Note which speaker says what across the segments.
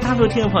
Speaker 1: 大陆听众朋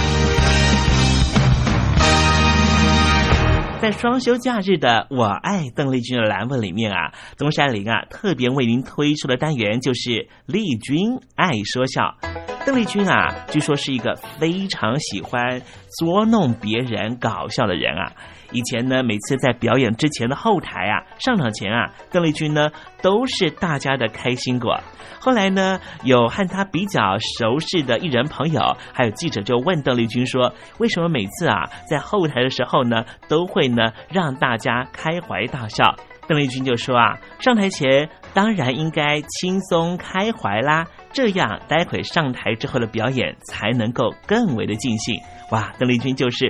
Speaker 1: 在双休假日的“我爱邓丽君”的栏目里面啊，东山林啊特别为您推出的单元就是“丽君爱说笑”。邓丽君啊，据说是一个非常喜欢捉弄别人、搞笑的人啊。以前呢，每次在表演之前的后台啊，上场前啊，邓丽君呢都是大家的开心果。后来呢，有和她比较熟识的艺人朋友，还有记者就问邓丽君说：“为什么每次啊在后台的时候呢，都会呢让大家开怀大笑？”邓丽君就说啊，上台前当然应该轻松开怀啦，这样待会上台之后的表演才能够更为的尽兴。哇，邓丽君就是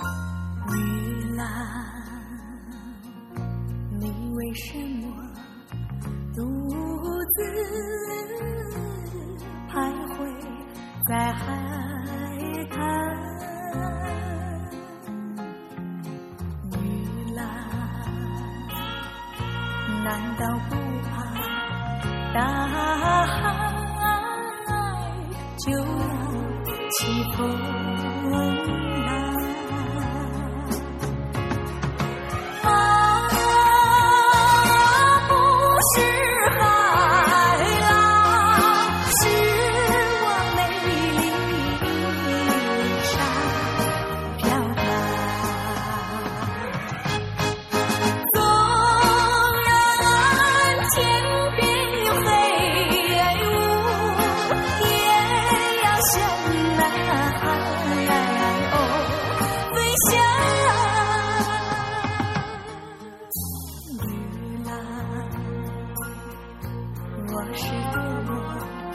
Speaker 2: 玉兰，你为什么独自徘徊在海滩？玉兰，难道不怕大海就要起风浪？啊，不是海浪，是我美丽的沙飘荡。纵然希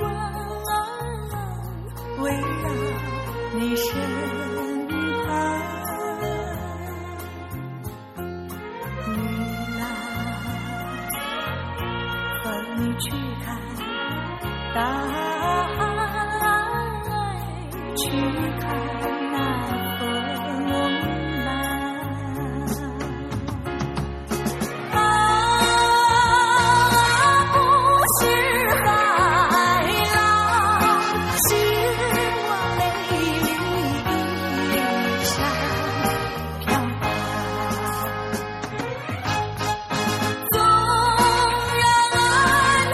Speaker 2: 望围绕你身旁，女郎和你去看大海，去看那风浪。啊，不是海浪，是我美丽的衣裳飘荡。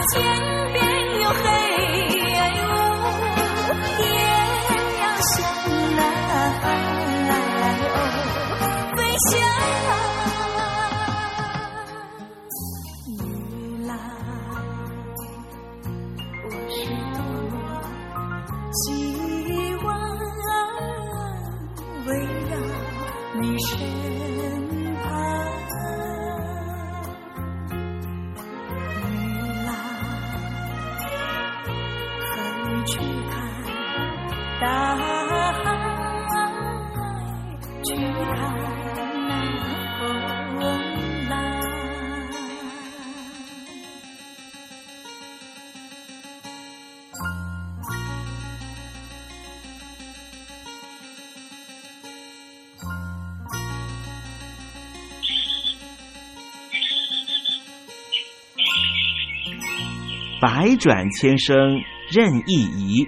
Speaker 2: 纵然天边有黑雾，也要向南哦飞翔。女郎，我是多么希望围绕你身旁。女郎，和你去看大海，去看那风浪。
Speaker 1: 百转千声任意移，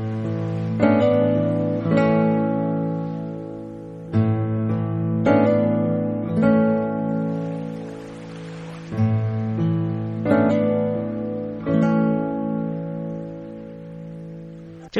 Speaker 1: 这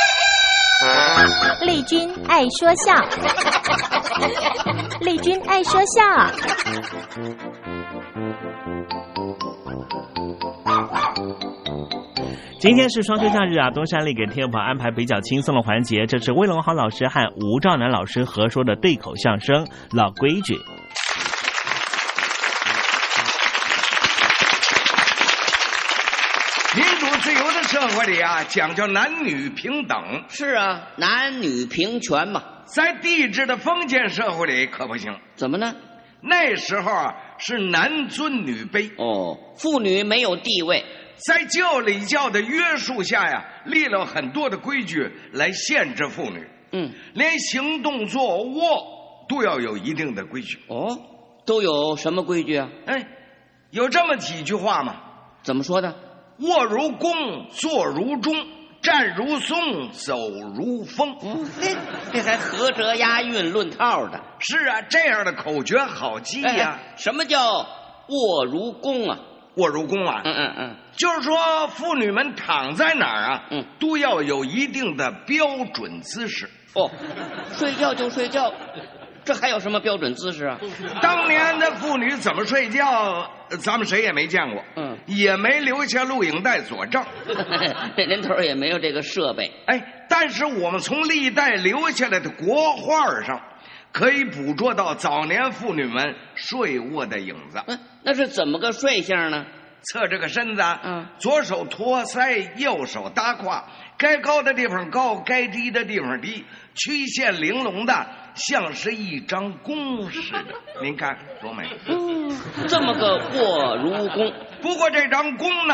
Speaker 3: 丽君爱说笑，丽君爱说笑，
Speaker 1: 今天是双休假日啊，东山里给天宝安排比较轻松的环节，这是魏龙豪老师和吴兆南老师合说的对口相声《老规矩》。
Speaker 4: 民主自由的社会里啊，讲究男女平等，
Speaker 5: 是啊，男女平权嘛？
Speaker 4: 在帝制的封建社会里可不行。
Speaker 5: 怎么呢？
Speaker 4: 那时候啊，是男尊女卑，
Speaker 5: 哦，妇女没有地位，
Speaker 4: 在旧礼教的约束下呀，立了很多的规矩来限制妇女，
Speaker 5: 嗯，
Speaker 4: 连行动坐卧都要有一定的规矩。
Speaker 5: 哦，都有什么规矩啊？
Speaker 4: 哎，有这么几句话嘛：
Speaker 5: 怎么说的？
Speaker 4: 卧如弓，坐如钟，站如松，走如风。
Speaker 5: 嗯，嘿这还合辙押韵论套的。
Speaker 4: 是啊，这样的口诀好记
Speaker 5: 哎
Speaker 4: 呀、
Speaker 5: 什么叫卧如弓啊？
Speaker 4: 卧如弓啊，
Speaker 5: 嗯嗯嗯，
Speaker 4: 就是说妇女们躺在哪儿啊，
Speaker 5: 嗯
Speaker 4: 都要有一定的标准姿势。
Speaker 5: 哦，睡觉就睡觉，这还有什么标准姿势啊？
Speaker 4: 当年的妇女怎么睡觉，呃咱们谁也没见过，
Speaker 5: 嗯
Speaker 4: 也没留下录影带佐证。
Speaker 5: 那年头儿也没有这个设备。
Speaker 4: 哎，但是我们从历代留下来的国画上，可以捕捉到早年妇女们睡卧的影子。
Speaker 5: 嗯，那是怎么个睡相呢？
Speaker 4: 侧着个身子，嗯，左手托腮，右手搭胯，该高的地方高，该低的地方低，曲线玲珑的，像是一张弓似的。您看多美！
Speaker 5: 嗯，这么个卧如弓。
Speaker 4: 不过这张弓呢，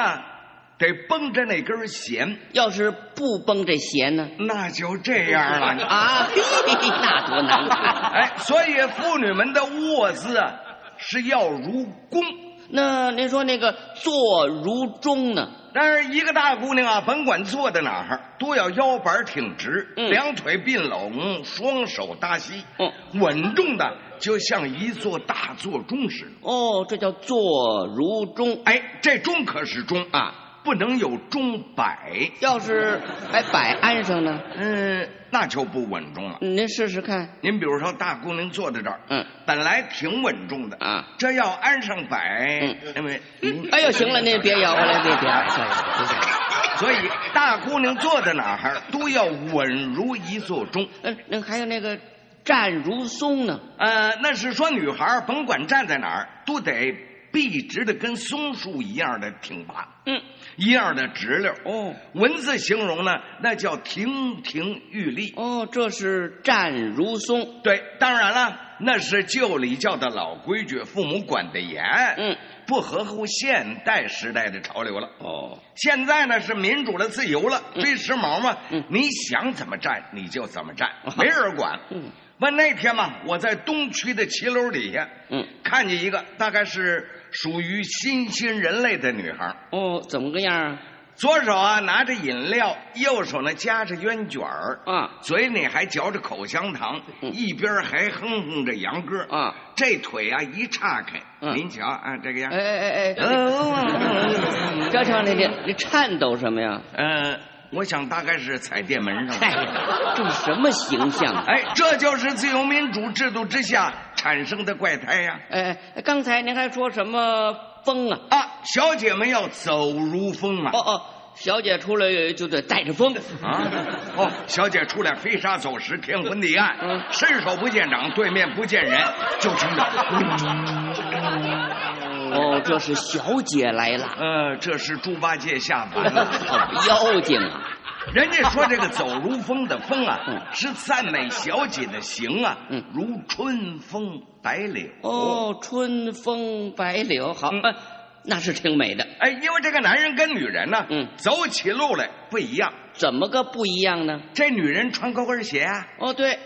Speaker 4: 得绷着那根弦。
Speaker 5: 要是不绷这弦呢，
Speaker 4: 那就这样 了
Speaker 5: 啊！ 那多难看！
Speaker 4: 哎，所以妇女们的卧姿啊，是要如弓。
Speaker 5: 那您说那个坐如钟呢？
Speaker 4: 但是一个大姑娘啊，甭管坐在哪儿，都要腰板挺直，嗯、两腿并拢，双手搭膝，嗯、稳重的就像一座大座钟似的。
Speaker 5: 哦，这叫坐如钟。
Speaker 4: 哎，这钟可是钟啊，不能有钟摆。
Speaker 5: 要是哎摆安上呢？
Speaker 4: 嗯，那就不稳重了。
Speaker 5: 您试试看。
Speaker 4: 您比如说，大姑娘坐在这儿，
Speaker 5: 嗯，
Speaker 4: 本来挺稳重的
Speaker 5: 啊，
Speaker 4: 这要安上摆，
Speaker 5: 嗯，哎呦，行了，您别摇了，别别别。
Speaker 4: 所以，大姑娘坐在哪儿都要稳如一座钟。
Speaker 5: 嗯，那还有那个站如松呢？
Speaker 4: 呃，那是说女孩甭管站在哪儿，都得笔直的跟松树一样的挺拔，
Speaker 5: 嗯，
Speaker 4: 一样的直溜。
Speaker 5: 哦，
Speaker 4: 文字形容呢，那叫亭亭玉立。
Speaker 5: 哦，这是站如松。
Speaker 4: 对，当然了，那是旧礼教的老规矩，父母管得严。
Speaker 5: 嗯。
Speaker 4: 不合乎现代时代的潮流了。
Speaker 5: 哦，
Speaker 4: 现在呢是民主了、自由了，追时髦嘛。
Speaker 5: 嗯，啊
Speaker 4: 你想怎么站你就怎么站，没人管。嗯，问那天嘛，我在东区的骑楼底下，
Speaker 5: 嗯，
Speaker 4: 看见一个大概是属于新兴人类的女孩。
Speaker 5: 哦，怎么个样啊？
Speaker 4: 左手啊拿着饮料，右手呢夹着烟卷儿，
Speaker 5: 啊，
Speaker 4: 嘴里还嚼着口香糖，
Speaker 5: 嗯、
Speaker 4: 一边还哼哼着洋歌，
Speaker 5: 啊，
Speaker 4: 这腿啊一岔开，
Speaker 5: 嗯、
Speaker 4: 您瞧啊这个样，
Speaker 5: 哎哎哎哎，
Speaker 1: 嗯
Speaker 5: 哦，张强，你你你颤抖什么呀？
Speaker 4: 呃，我想大概是踩电 门上，
Speaker 5: 哎呀，这是什么形象？
Speaker 4: 哎，这就是自由民主制度之下产生的怪胎呀、
Speaker 5: 啊！哎，刚才您还说什么风啊？
Speaker 4: 啊，小姐们要走如风啊！
Speaker 5: 哦哦。小姐出来就得带着风
Speaker 4: 啊！哦，小姐出来飞沙走石，天昏地暗，
Speaker 5: 嗯、
Speaker 4: 伸手不见掌，对面不见人，就听到。
Speaker 5: 嗯哦，这是小姐来了。
Speaker 4: 呃，这是猪八戒下凡了，
Speaker 5: 妖精啊！
Speaker 4: 人家说这个“走如风”的“风”啊，
Speaker 5: 嗯、
Speaker 4: 是赞美小姐的形啊，
Speaker 5: 嗯、
Speaker 4: 如春风白柳。
Speaker 5: 哦，春风白柳，好。嗯那是挺美的，
Speaker 4: 哎，因为这个男人跟女人呢，
Speaker 5: 嗯，
Speaker 4: 走起路来不一样，
Speaker 5: 怎么个不一样呢？
Speaker 4: 这女人穿高跟鞋啊，
Speaker 5: 哦对，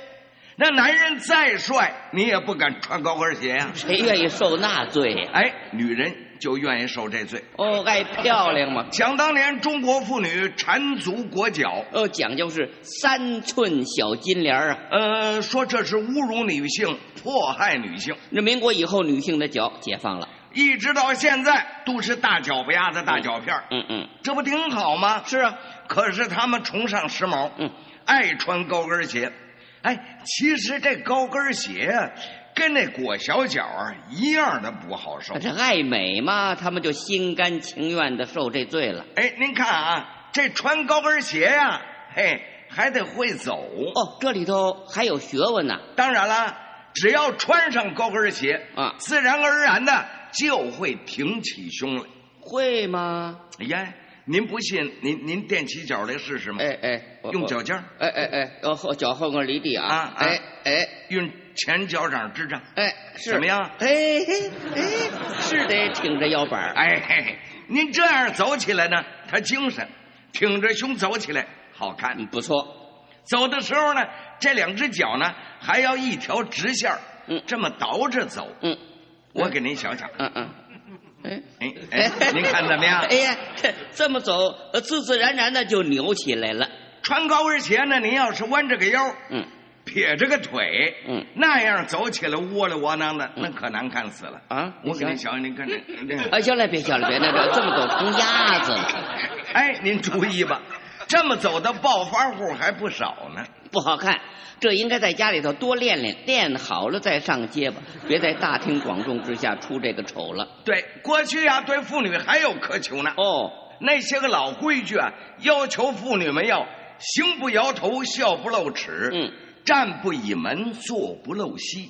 Speaker 4: 那男人再帅，你也不敢穿高跟鞋呀、啊，
Speaker 5: 谁愿意受那罪呀、
Speaker 4: 啊？哎，女人就愿意受这罪。
Speaker 5: 哦，爱漂亮嘛。
Speaker 4: 想当年，中国妇女缠足裹脚，
Speaker 5: 哦，讲究是三寸小金莲啊。
Speaker 4: 呃，说这是侮辱女性，迫害女性。
Speaker 5: 那民国以后，女性的脚解放了。
Speaker 4: 一直到现在都是大脚丫子、大脚片
Speaker 5: 嗯嗯，嗯
Speaker 4: 这不挺好吗？
Speaker 5: 是啊，
Speaker 4: 可是他们崇尚时髦，
Speaker 5: 嗯，
Speaker 4: 爱穿高跟鞋。哎，其实这高跟鞋跟那裹小脚啊一样的不好受。
Speaker 5: 这爱美嘛，他们就心甘情愿的受这罪了。
Speaker 4: 哎，您看啊，这穿高跟鞋呀、啊，嘿，还得会走。
Speaker 5: 哦，这里头还有学问呢、啊。
Speaker 4: 当然了，只要穿上高跟鞋
Speaker 5: 啊，
Speaker 4: 自然而然的。就会挺起胸来，
Speaker 5: 会吗？
Speaker 4: 哎呀，您不信，您您踮起脚来试试吗？
Speaker 5: 哎哎，
Speaker 4: 用脚尖儿，
Speaker 5: 哎哎哎，要后脚后跟离地啊，
Speaker 4: 啊
Speaker 5: 哎哎，
Speaker 4: 用前脚掌支撑，
Speaker 5: 哎是
Speaker 4: 怎么样？
Speaker 5: 哎哎，是得挺着腰板
Speaker 4: 哎嘿，您这样走起来呢，他精神，挺着胸走起来好看，
Speaker 5: 嗯不错。
Speaker 4: 走的时候呢，这两只脚呢还要一条直线
Speaker 5: 嗯，
Speaker 4: 这么倒着走，
Speaker 5: 嗯。
Speaker 4: 我给您想想，
Speaker 5: 嗯嗯，哎
Speaker 4: 哎哎，您看怎么样？
Speaker 5: 哎呀，这么走，自自然然的就扭起来了。
Speaker 4: 穿高跟鞋呢，您要是弯着个腰，
Speaker 5: 嗯，
Speaker 4: 撇着个腿，
Speaker 5: 嗯，
Speaker 4: 那样走起来窝里窝囊的，那可难看死了
Speaker 5: 啊！
Speaker 4: 我给您想想，您看这，
Speaker 5: 哎，行了，别想了，别那这这么走成鸭子了。
Speaker 4: 哎，您注 意吧，这么走的暴发户还不少呢。
Speaker 5: 不好看，这应该在家里头多练练，练好了再上街吧，别在大庭广众之下出这个丑了。
Speaker 4: 对，过去啊，对妇女还有苛求呢。
Speaker 5: 哦，
Speaker 4: 那些个老规矩啊，要求妇女们要行不摇头，笑不露齿，
Speaker 5: 嗯，
Speaker 4: 站不倚门，坐不露膝，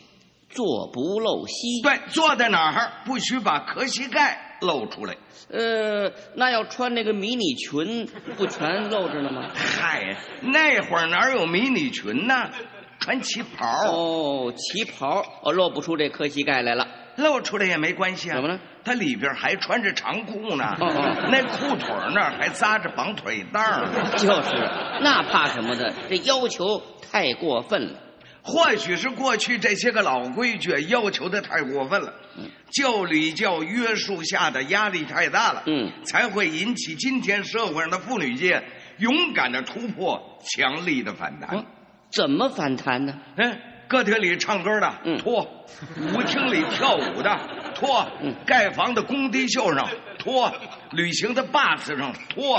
Speaker 5: 坐不露膝。
Speaker 4: 对，坐在哪儿不许把壳膝盖露出来。
Speaker 5: 呃，那要穿那个迷你裙，不全露着了吗？
Speaker 4: 嗨，那会儿哪有迷你裙呢？穿旗袍。
Speaker 5: 哦，旗袍，哦，露不出这颗膝盖来了。
Speaker 4: 露出来也没关系啊。
Speaker 5: 怎么了？
Speaker 4: 它里边还穿着长裤呢，
Speaker 5: 哦哦
Speaker 4: 那裤腿儿那儿还扎着绑腿带儿呢。
Speaker 5: 就是，那怕什么的？这要求太过分了。
Speaker 4: 或许是过去这些个老规矩要求的太过分了，
Speaker 5: 嗯
Speaker 4: 教礼教约束下的压力太大了，
Speaker 5: 嗯，
Speaker 4: 才会引起今天社会上的妇女界勇敢的突破，强力的反
Speaker 5: 嗯
Speaker 4: 弹。
Speaker 5: 怎么反弹呢？
Speaker 4: 嗯，歌厅里唱歌的
Speaker 5: 嗯
Speaker 4: 脱，舞厅里跳舞的脱，
Speaker 5: 嗯
Speaker 4: 盖房的工地秀上脱，旅行的 bus 上脱，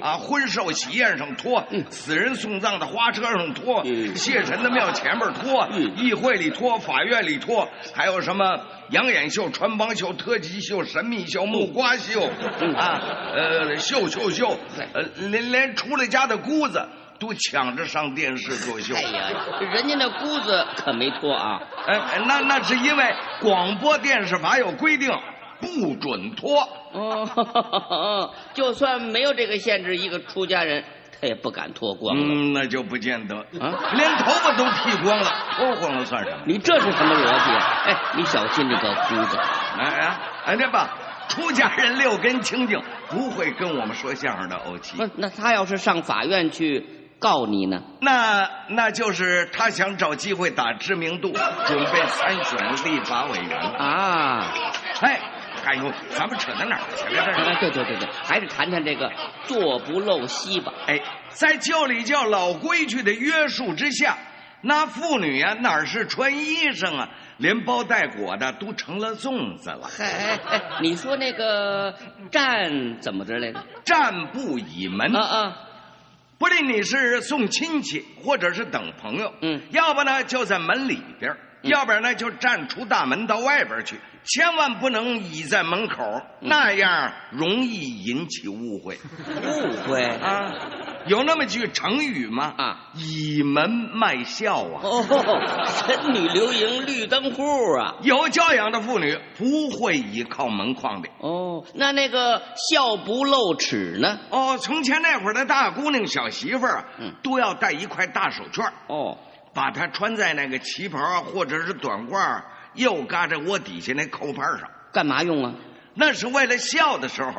Speaker 4: 啊，婚寿喜宴上脱，
Speaker 5: 嗯
Speaker 4: 死人送葬的花车上脱，谢神的庙前面脱，
Speaker 5: 嗯
Speaker 4: 议会里脱，法院里脱，还有什么养眼秀、穿帮秀、特技秀、神秘秀、木瓜秀，
Speaker 5: 嗯
Speaker 4: 啊，呃，秀秀秀，呃，连连出了家的姑子。都抢着上电视作秀。
Speaker 5: 哎呀，人家那姑子可没脱啊。
Speaker 4: 哎，那那是因为广播电视法有规定，不准脱。
Speaker 5: 哦， 就算没有这个限制，一个出家人他也不敢脱光了。
Speaker 4: 嗯，那就不见得
Speaker 5: 啊
Speaker 4: 连头发都剃光了，脱光了算什么？
Speaker 5: 你这是什么逻辑？哎，你小心这个姑子。
Speaker 4: 哎哎哎，那吧，出家人六根清净，不会跟我们说相声的欧气。
Speaker 5: 不是，那他要是上法院去告你呢？
Speaker 4: 那那就是他想找机会打知名度，准备参选立法委员。
Speaker 5: 啊，
Speaker 4: 哎，哎呦，咱们扯到哪儿去了？这是。
Speaker 5: 哎，对对对对，还是谈谈这个坐不露膝吧。
Speaker 4: 哎，在教里教老规矩的约束之下，那妇女啊哪儿是穿衣裳啊，连包带裹的都成了粽子了。
Speaker 5: 哎哎哎，你说那个站怎么着来着？
Speaker 4: 站不倚门，
Speaker 5: 啊啊，
Speaker 4: 不论你是送亲戚或者是等朋友，
Speaker 5: 嗯
Speaker 4: 要不呢就在门里边儿，要不然呢就站出大门到外边儿去，千万不能倚在门口，
Speaker 5: 嗯
Speaker 4: 那样容易引起误会。
Speaker 5: 误会
Speaker 4: 啊，有那么句成语吗？
Speaker 5: 啊，
Speaker 4: 倚门卖笑啊。
Speaker 5: 哦，神女流萤绿灯户啊。
Speaker 4: 有教养的妇女不会依靠门框的。
Speaker 5: 哦，那那个笑不露齿呢？
Speaker 4: 哦，从前那会儿的大姑娘、小媳妇儿啊，
Speaker 5: 嗯
Speaker 4: 都要戴一块大手绢儿，
Speaker 5: 哦，
Speaker 4: 把它穿在那个旗袍啊，或者是短褂儿，又嘎在窝底下那扣盘儿上。
Speaker 5: 干嘛用啊？
Speaker 4: 那是为了笑的时候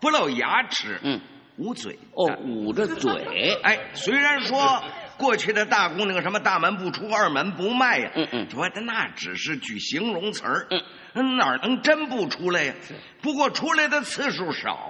Speaker 4: 不露牙齿，
Speaker 5: 嗯，
Speaker 4: 捂嘴。
Speaker 5: 哦，捂着嘴。
Speaker 4: 哎，虽然说过去的大姑娘什么大门不出二门不迈呀、
Speaker 5: 嗯嗯
Speaker 4: 说的那只是句形容词儿，
Speaker 5: 嗯
Speaker 4: 嗯，哪能真不出来呀、不过出来的次数少，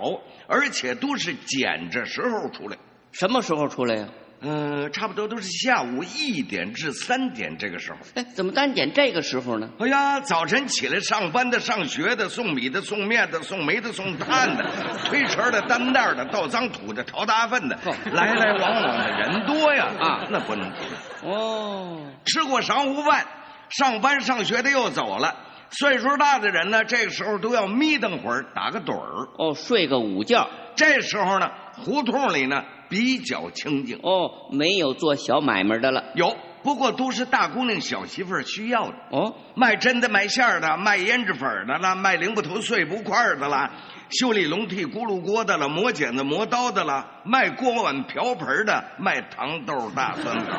Speaker 4: 而且都是捡着时候出来，
Speaker 5: 什么时候出来呀、
Speaker 4: 呃，差不多都是下午一点至三点这个时候。
Speaker 5: 哎，怎么单点这个时候呢？
Speaker 4: 哎呀，早晨起来上班的、上学的、送米的、送面的、送煤的、送 炭的、推车的、担担的、倒脏土的、淘大粪的，
Speaker 5: 哦
Speaker 4: 来来往往的人多呀
Speaker 5: 啊
Speaker 4: 那不能停。
Speaker 5: 哦，
Speaker 4: 吃过晌午饭，上班上学的又走了。岁数大的人呢，这个时候都要眯瞪会儿，打个盹儿。
Speaker 5: 哦，睡个午觉。
Speaker 4: 这时候呢，胡同里呢比较清静，
Speaker 5: 哦，没有做小买卖的了。
Speaker 4: 有不过都是大姑娘、小媳妇儿需要的。
Speaker 5: 哦，
Speaker 4: 卖针的、卖馅儿的、卖胭脂粉儿的啦，卖零布头碎布块儿的啦，修理笼屉、咕噜锅的了，磨剪子、磨刀的啦，卖锅碗瓢盆儿的，卖糖豆、大酸枣。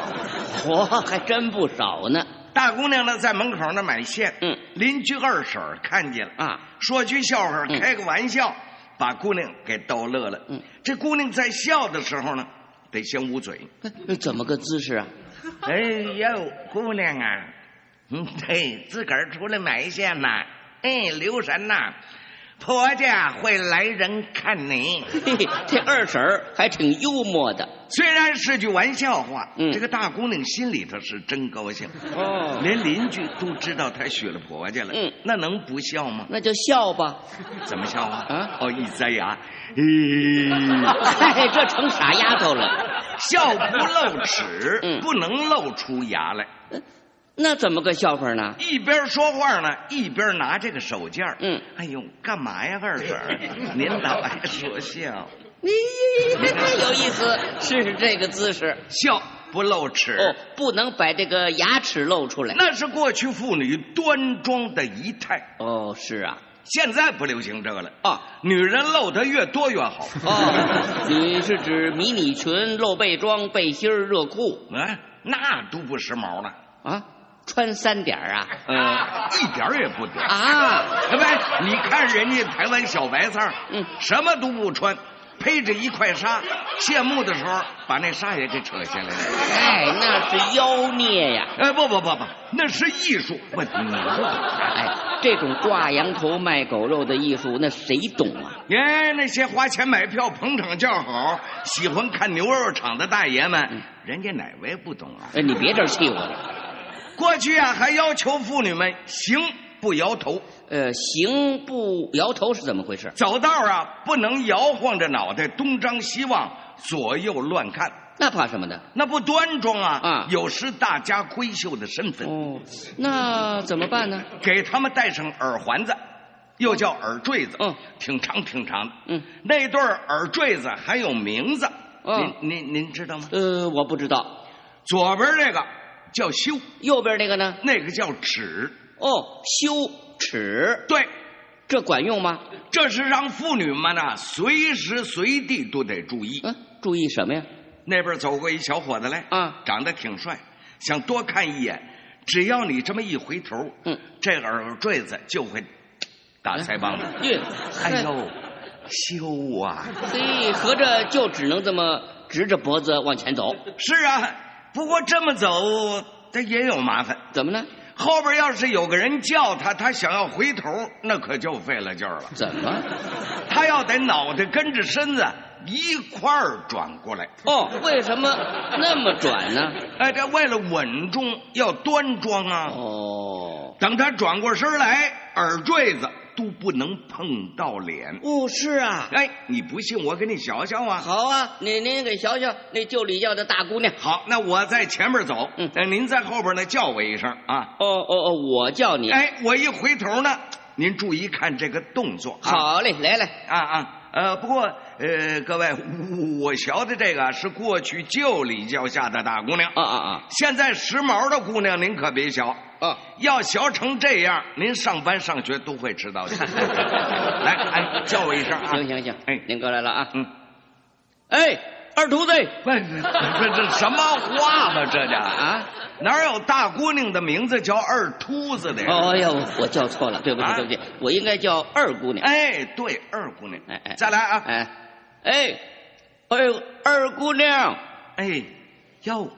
Speaker 5: 嚯，还真不少呢。
Speaker 4: 大姑娘呢，在门口那买线，
Speaker 5: 嗯，
Speaker 4: 邻居二婶儿看见了
Speaker 5: 啊，
Speaker 4: 说句笑话，
Speaker 5: 嗯
Speaker 4: 开个玩笑，把姑娘给逗乐了。
Speaker 5: 嗯，
Speaker 4: 这姑娘在笑的时候呢，得先捂嘴。
Speaker 5: 哎怎么个姿势啊？
Speaker 4: 哎呦，姑娘啊，嗯，嘿，自个儿出来买线呐，哎，留神呐，婆家会来人看你。
Speaker 5: 嘿嘿，这二婶儿还挺幽默的。
Speaker 4: 虽然是句玩笑话，
Speaker 5: 嗯
Speaker 4: 这个大姑娘心里头是真高兴，
Speaker 5: 哦
Speaker 4: 连邻居都知道她娶了婆家了，
Speaker 5: 嗯
Speaker 4: 那能不笑吗？
Speaker 5: 那就笑 吧。
Speaker 4: 怎么笑啊？
Speaker 5: 啊
Speaker 4: 哦，一塞牙， 咦、
Speaker 5: 哎，这成傻丫头了。
Speaker 4: 笑不露齿，
Speaker 5: 嗯
Speaker 4: 不能露出牙来。
Speaker 5: 那怎么个笑法呢？
Speaker 4: 一边说话呢，一边拿这个手绢儿
Speaker 5: 嗯，
Speaker 4: 哎呦，干嘛呀，二 婶儿？您老爱说笑，
Speaker 5: 咦，有意思，试试这个姿势。
Speaker 4: 笑不露齿。
Speaker 5: 哦，不能把这个牙齿露出来。
Speaker 4: 那是过去妇女端庄的仪态。
Speaker 5: 哦，是啊，
Speaker 4: 现在不流行这个了
Speaker 2: 啊，
Speaker 4: 女人露的越多越 好。
Speaker 2: 哦，你是指迷你裙、露背装、背心儿、热裤？
Speaker 4: 哎，那都不时髦了
Speaker 2: 啊！穿三点儿啊？
Speaker 5: 嗯
Speaker 4: 呃，一点儿也不点
Speaker 2: 啊！
Speaker 4: 哎，你看人家台湾小白菜，
Speaker 2: 嗯，
Speaker 4: 什么都不穿，披着一块纱，谢幕的时候把那纱也给扯下来了。
Speaker 2: 哎，那是妖孽呀！
Speaker 4: 哎，不不不不，那是艺术。我你
Speaker 2: 哎，这种挂羊头卖狗肉的艺术，那谁懂啊？
Speaker 4: 哎，那些花钱买票捧场叫好、喜欢看牛肉场的大爷们，嗯、人家哪位不懂啊？
Speaker 2: 哎，你别这气我了。
Speaker 4: 过去啊，还要求妇女们行不摇头。
Speaker 2: 呃，行不摇头是怎么回事？
Speaker 4: 走道啊，不能摇晃着脑袋东张西望、左右乱看。
Speaker 2: 那怕什么呢？
Speaker 4: 那不端庄啊！
Speaker 2: 啊，
Speaker 4: 有失大家闺秀的身份。
Speaker 2: 哦，那怎么办呢？
Speaker 4: 给他们戴上耳环子，又叫耳坠子。
Speaker 2: 嗯，
Speaker 4: 挺长挺长的。
Speaker 2: 嗯，
Speaker 4: 那对耳坠子还有名字。
Speaker 2: 嗯，
Speaker 4: 您您您知道吗？
Speaker 2: 呃，我不知道。
Speaker 4: 左边那个叫修，
Speaker 2: 右边那个呢？
Speaker 4: 那个叫齿。
Speaker 2: 哦，修齿。
Speaker 4: 对，
Speaker 2: 这管用吗？
Speaker 4: 这是让妇女们呢、啊、随时随地都得注意。
Speaker 2: 嗯，注意什么呀？
Speaker 4: 那边走过一小伙子来，
Speaker 2: 啊，
Speaker 4: 长得挺帅，想多看一眼。只要你这么一回头，
Speaker 2: 嗯，
Speaker 4: 这耳坠子就会打腮帮子。
Speaker 2: 耶、
Speaker 4: 哎，哎呦，羞啊！
Speaker 2: 所以合着就只能这么直着脖子往前走。
Speaker 4: 是啊，不过这么走他也有麻烦。
Speaker 2: 怎么呢？
Speaker 4: 后边要是有个人叫他，他想要回头，那可就费了劲儿了。
Speaker 2: 怎么？
Speaker 4: 他要得脑袋跟着身子。一块儿转过来
Speaker 2: 哦？为什么那么转呢？
Speaker 4: 哎，这为了稳重，要端庄啊！
Speaker 2: 哦，
Speaker 4: 等他转过身来，耳坠子都不能碰到脸。
Speaker 2: 哦，是啊。
Speaker 4: 哎，你不信我给你瞧瞧啊？
Speaker 2: 好啊，你您给瞧瞧那旧礼教的大姑娘。
Speaker 4: 好，那我在前面走，嗯，您在后边呢，叫我一声啊。
Speaker 2: 哦哦哦，我叫你。
Speaker 4: 哎，我一回头呢，您注意看这个动作。
Speaker 2: 啊、好嘞，来来
Speaker 4: 啊啊。呃，不过呃，各位，我瞧的这个啊是过去旧礼教下的大姑娘
Speaker 2: 啊啊啊！
Speaker 4: 现在时髦的姑娘您可别瞧
Speaker 2: 啊，
Speaker 4: 要瞧成这样，您上班上学都会 迟到的。来，哎，叫我一声啊！
Speaker 2: 行行行，
Speaker 4: 哎，
Speaker 2: 您过来了啊，
Speaker 4: 嗯，
Speaker 2: 哎，二秃子，
Speaker 4: 这这这什么话嘛这叫
Speaker 2: 啊？
Speaker 4: 哪有大姑娘的名字叫二秃子的呀？
Speaker 2: 哦呀，我我叫错了，对不
Speaker 4: 啊
Speaker 2: 起，对不起，我应该叫二姑娘。
Speaker 4: 哎，对，二姑娘。
Speaker 2: 哎哎，
Speaker 4: 再来啊！
Speaker 2: 哎，哎， 哎呦，二姑娘，
Speaker 4: 哎，哟，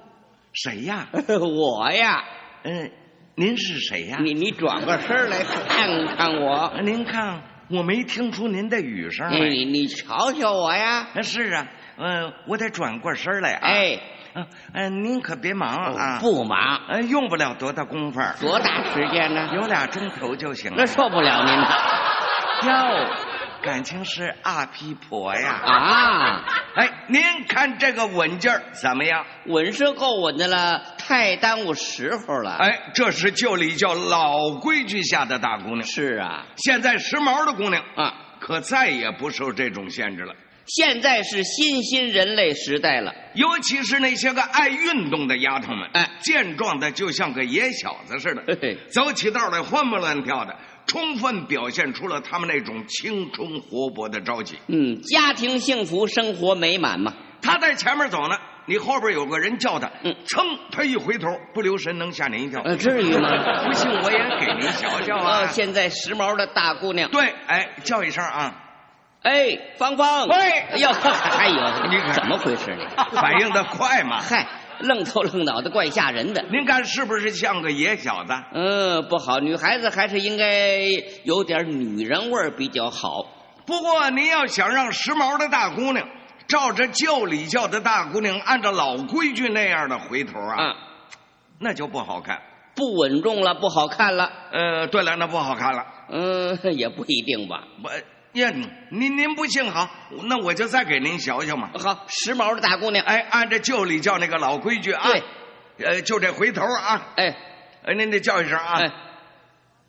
Speaker 4: 谁呀？
Speaker 2: 我呀。
Speaker 4: 嗯，您是谁呀？啊
Speaker 2: 你你转过身来看看我。
Speaker 4: 您看，我没听出您的语声
Speaker 2: 来。你你瞧瞧我呀。
Speaker 4: 是哎啊，嗯，我得转过身来啊。
Speaker 2: 哎。
Speaker 4: 嗯、呃，您可别忙啊！
Speaker 2: 哦、不忙，
Speaker 4: 呃，用不了多大功夫，
Speaker 2: 多大时间呢？
Speaker 4: 有俩钟头就行了。
Speaker 2: 那受不了您了，
Speaker 4: 哟，感情是阿皮婆呀！
Speaker 2: 啊，
Speaker 4: 哎，您看这个稳劲儿怎么样？
Speaker 2: 稳是够稳的了，太耽误时候了。
Speaker 4: 哎，这是旧礼教老规矩下的大姑娘。
Speaker 2: 是啊，
Speaker 4: 现在时髦的姑娘
Speaker 2: 啊，
Speaker 4: 可再也不受这种限制了。
Speaker 2: 现在是新兴人类时代了，
Speaker 4: 尤其是那些个爱运动的丫头们，
Speaker 2: 哎，
Speaker 4: 健壮的就像个野小子似的，
Speaker 2: 嘿嘿
Speaker 4: 走起道来欢蹦乱跳的，充分表现出了他们那种青春活泼的朝气。
Speaker 2: 嗯，家庭幸福，生活美满嘛。
Speaker 4: 他在前面走呢，你后边有个人叫他，
Speaker 2: 嗯，
Speaker 4: 噌，他一回头，不留神能吓您一跳。
Speaker 2: 呃，至于吗？哦
Speaker 4: 不信我也给您瞧瞧啊！
Speaker 2: 现在时髦的大姑娘，
Speaker 4: 对，哎，叫一声啊。
Speaker 2: 哎，芳芳！
Speaker 4: 喂，
Speaker 2: 哎呦， 哎呦，
Speaker 4: 你可
Speaker 2: 怎么回事 呢？
Speaker 4: 反应的快嘛！
Speaker 2: 嗨，愣头愣脑的，怪吓人的。
Speaker 4: 您看是不是像个野小子？
Speaker 2: 嗯，不好，女孩子还是应该有点女人味儿比较好。
Speaker 4: 不过您要想让时髦的大姑娘照着旧礼教的大姑娘按照老规矩那样的回头啊，
Speaker 2: 啊
Speaker 4: 那就不好看，
Speaker 2: 不稳重了，不好看了。
Speaker 4: 呃，对了，那不好看了。
Speaker 2: 嗯，也不一定吧。
Speaker 4: 不。哎呀，您您不信好，那我就再给您瞧瞧嘛。
Speaker 2: 好，时髦的大姑娘，
Speaker 4: 哎，按照旧礼教那个老规矩啊，
Speaker 2: 对，
Speaker 4: 呃，就这回头啊，
Speaker 2: 哎，
Speaker 4: 哎，您得叫一声啊，
Speaker 2: 哎，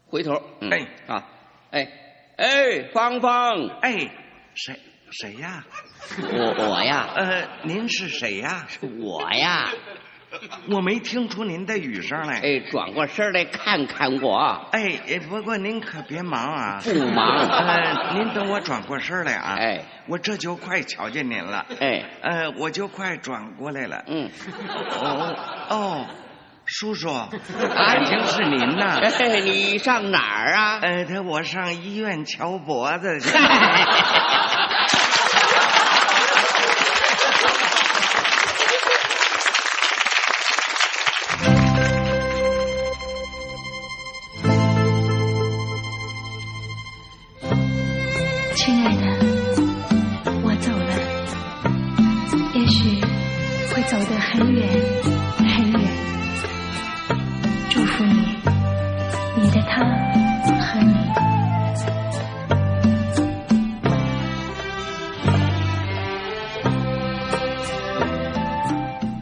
Speaker 2: 回头，嗯、
Speaker 4: 哎
Speaker 2: 啊，哎，哎，芳芳，
Speaker 4: 哎，谁谁呀？
Speaker 2: 我我呀，哎
Speaker 4: 呃，您是谁呀？
Speaker 2: 我呀，
Speaker 4: 我没听出您的语声来。
Speaker 5: 哎，转过身来看看我。
Speaker 4: 哎，哎不过您可别忙啊。
Speaker 5: 不忙
Speaker 4: 呃，您等我转过身来啊。
Speaker 5: 哎，
Speaker 4: 我这就快瞧见您了。
Speaker 5: 哎，
Speaker 4: 呃，我就快转过来了。
Speaker 5: 嗯。
Speaker 4: 哦哦，叔叔，感情是您呐。
Speaker 5: 哎，你上哪儿啊？
Speaker 4: 呃，他我上医院瞧脖 子去。
Speaker 6: 亲爱的，我走了，也许会走得很远很远。祝福你，你的他和你。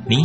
Speaker 7: 您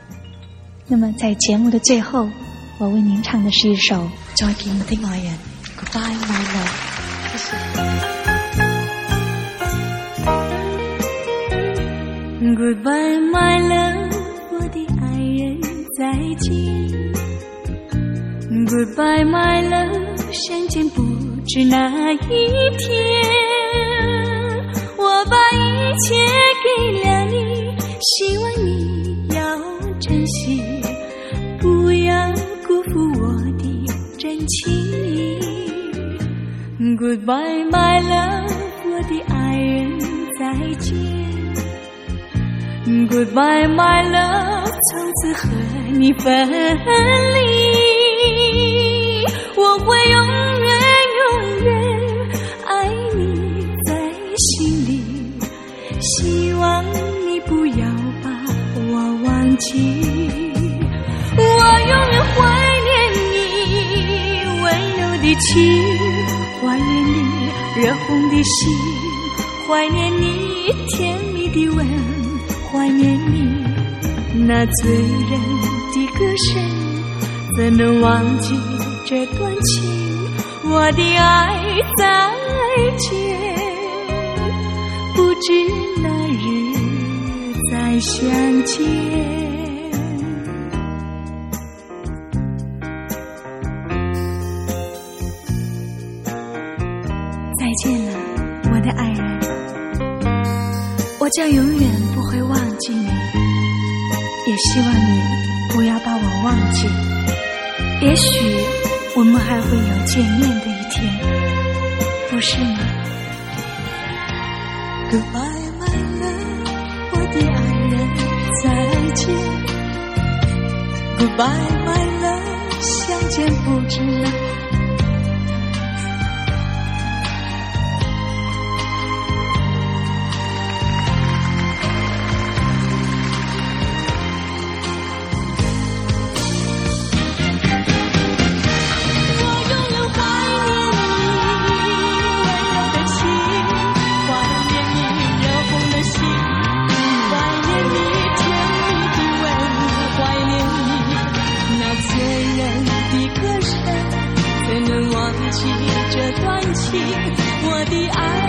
Speaker 8: 那么在节目的最后，我为您唱的是一首《再见的爱人》，Goodbye My Love，谢谢。
Speaker 2: Goodbye my love，我的爱人再见。Goodbye my love，相见不知哪一天。我把一切给了你，希望你要珍惜，不要辜负我的真情。Goodbye my love，我的爱人再见。Goodbye my love，从此和你分离，我会永远永远爱你在心里，希望你不要把我忘记，我永远怀念你温柔的情，怀念你热红的心，怀念你甜蜜的吻。怀念你那醉人的歌声，怎能忘记这段情？我的爱，再见，不知哪日再相见。
Speaker 8: 再见了，我的爱人，我将永远不会忘记你，也希望你不要把我忘记。也许我们还会有见面的一天，不是吗
Speaker 2: ？Goodbye my love，我的爱人再见。Goodbye my love，相见不知哪。我永远怀念你温柔的情，怀念你热红的心，怀念你甜蜜的吻，怀念你那醉人的歌声，怎能忘记这段情？我的爱，